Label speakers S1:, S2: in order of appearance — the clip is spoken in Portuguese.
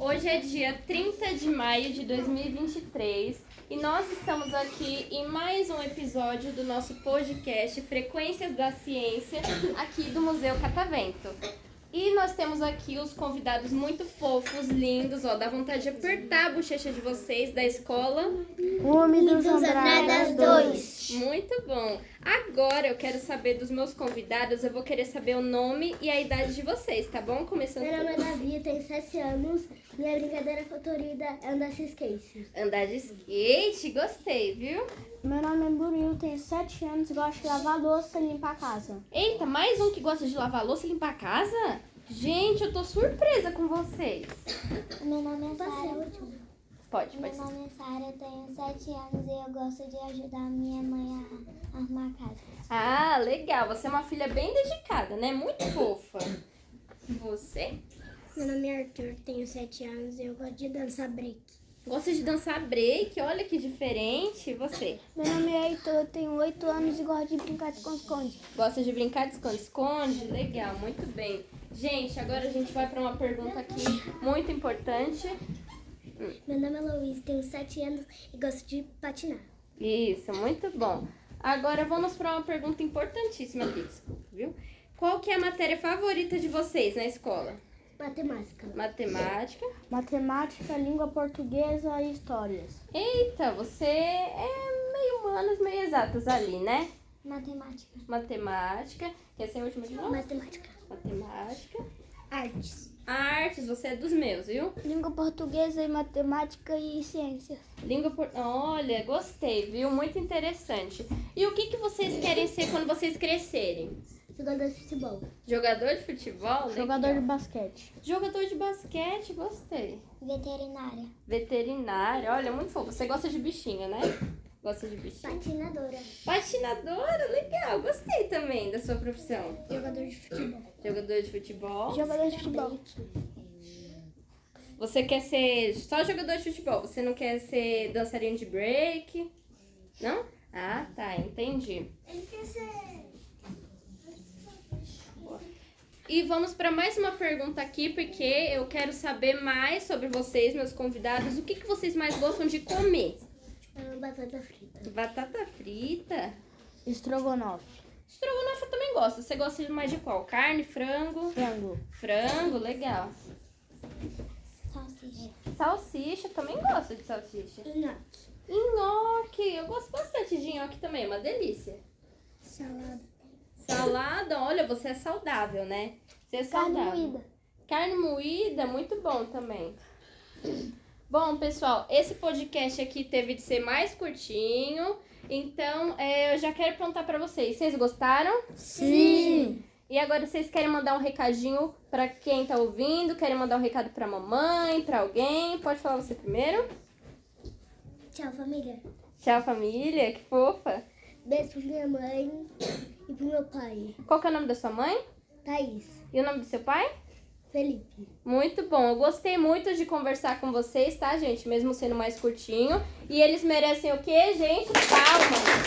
S1: Hoje é dia 30 de maio de 2023 e nós estamos aqui em mais um episódio do nosso podcast Frequências da Ciência, aqui do Museu Catavento. E nós temos aqui os convidados muito fofos, lindos, ó, dá vontade de apertar a bochecha de vocês da escola.
S2: Úmidos
S3: Andradas dois.
S1: Muito bom. Agora eu quero saber dos meus convidados, eu vou querer saber o nome e a idade de vocês, tá bom? Começando
S3: Meu nome é
S1: por...
S3: Davi, tenho 7 anos. Minha brincadeira favorita é andar se skate.
S1: andar de skate, gostei, viu?
S2: Meu nome é Murilo, tenho 7 anos, gosto de lavar louça e limpar a casa.
S1: Eita, mais um que gosta de lavar louça e limpar a casa? Gente, eu tô surpresa com vocês.
S3: Meu nome é Sara.
S1: Pode, pode. ser.
S3: nome é Sara, tenho 7 anos e eu gosto de ajudar minha mãe a arrumar a casa.
S1: Ah, legal. Você é uma filha bem dedicada, né? Muito fofa. Você
S3: Meu nome é Arthur, tenho 7 anos e eu gosto de dançar break.
S1: gosta de dançar break? Olha que diferente. Você
S2: Meu nome é Heitor, tenho 8 anos e gosto de brincar de esconde
S1: gosta de brincar de esconde-esconde? Legal, muito bem. Gente, agora a gente vai pra uma pergunta aqui muito importante.
S3: Meu nome é Luiz, tenho 7 anos e gosto de patinar.
S1: Isso, muito bom. Agora vamos para uma pergunta importantíssima aqui, viu? Qual que é a matéria favorita de vocês na escola?
S3: Matemática.
S1: Matemática.
S2: Matemática, língua portuguesa e histórias.
S1: Eita, você é meio humanas, meio exatas ali, né?
S3: Matemática.
S1: Matemática. Quer ser a última de novo?
S3: Matemática.
S1: Matemática.
S3: Artes.
S1: Artes, você é dos meus, viu?
S2: Língua portuguesa e matemática e ciências.
S1: Língua por... Olha, gostei, viu? Muito interessante. E o que, que vocês querem ser quando vocês crescerem?
S3: Jogador de futebol.
S1: Jogador de futebol?
S2: Jogador de
S1: Legal.
S2: basquete.
S1: Jogador de basquete, gostei.
S3: Veterinária.
S1: Veterinária, olha, é muito fofo. Você gosta de bichinho, né? Gosta de bichinho.
S3: Patinadora.
S1: Patinadora, legal. Gostei também da sua profissão.
S3: Jogador de futebol.
S1: Jogador de futebol.
S2: Jogador de futebol.
S1: Você quer ser só jogador de futebol? Você não quer ser dançarino de break? Não? Ah, tá, entendi.
S3: Ele quer ser.
S1: E vamos para mais uma pergunta aqui, porque eu quero saber mais sobre vocês, meus convidados. O que, que vocês mais gostam de comer?
S3: Ah, batata frita.
S1: Batata frita?
S2: Estrogonofe.
S1: Estrogonofe eu também gosto. Você gosta de mais de qual? Carne, frango?
S2: Frango.
S1: Frango, legal.
S3: Salsicha.
S1: Salsicha, também gosto de salsicha.
S3: Nhoque.
S1: Nhoque, eu gosto bastante de nhoque também, é uma delícia.
S3: Salada.
S1: Salada, olha, você é saudável, né? Você é saudável. Carne moída, muito bom também. Bom, pessoal, esse podcast aqui teve de ser mais curtinho. Então, é, eu já quero perguntar pra vocês, vocês gostaram?
S2: Sim.
S1: E agora vocês querem mandar um recadinho pra quem tá ouvindo? Querem mandar um recado pra mamãe, pra alguém? Pode falar você primeiro.
S3: Tchau, família.
S1: Tchau, família, que fofa.
S3: Beijo pra minha mãe e pro meu pai.
S1: Qual que é o nome da sua mãe?
S3: Thaís.
S1: E o nome do seu pai?
S3: Felipe.
S1: Muito bom, eu gostei muito de conversar com vocês, tá, gente? Mesmo sendo mais curtinho. E eles merecem o quê, gente? Palmas!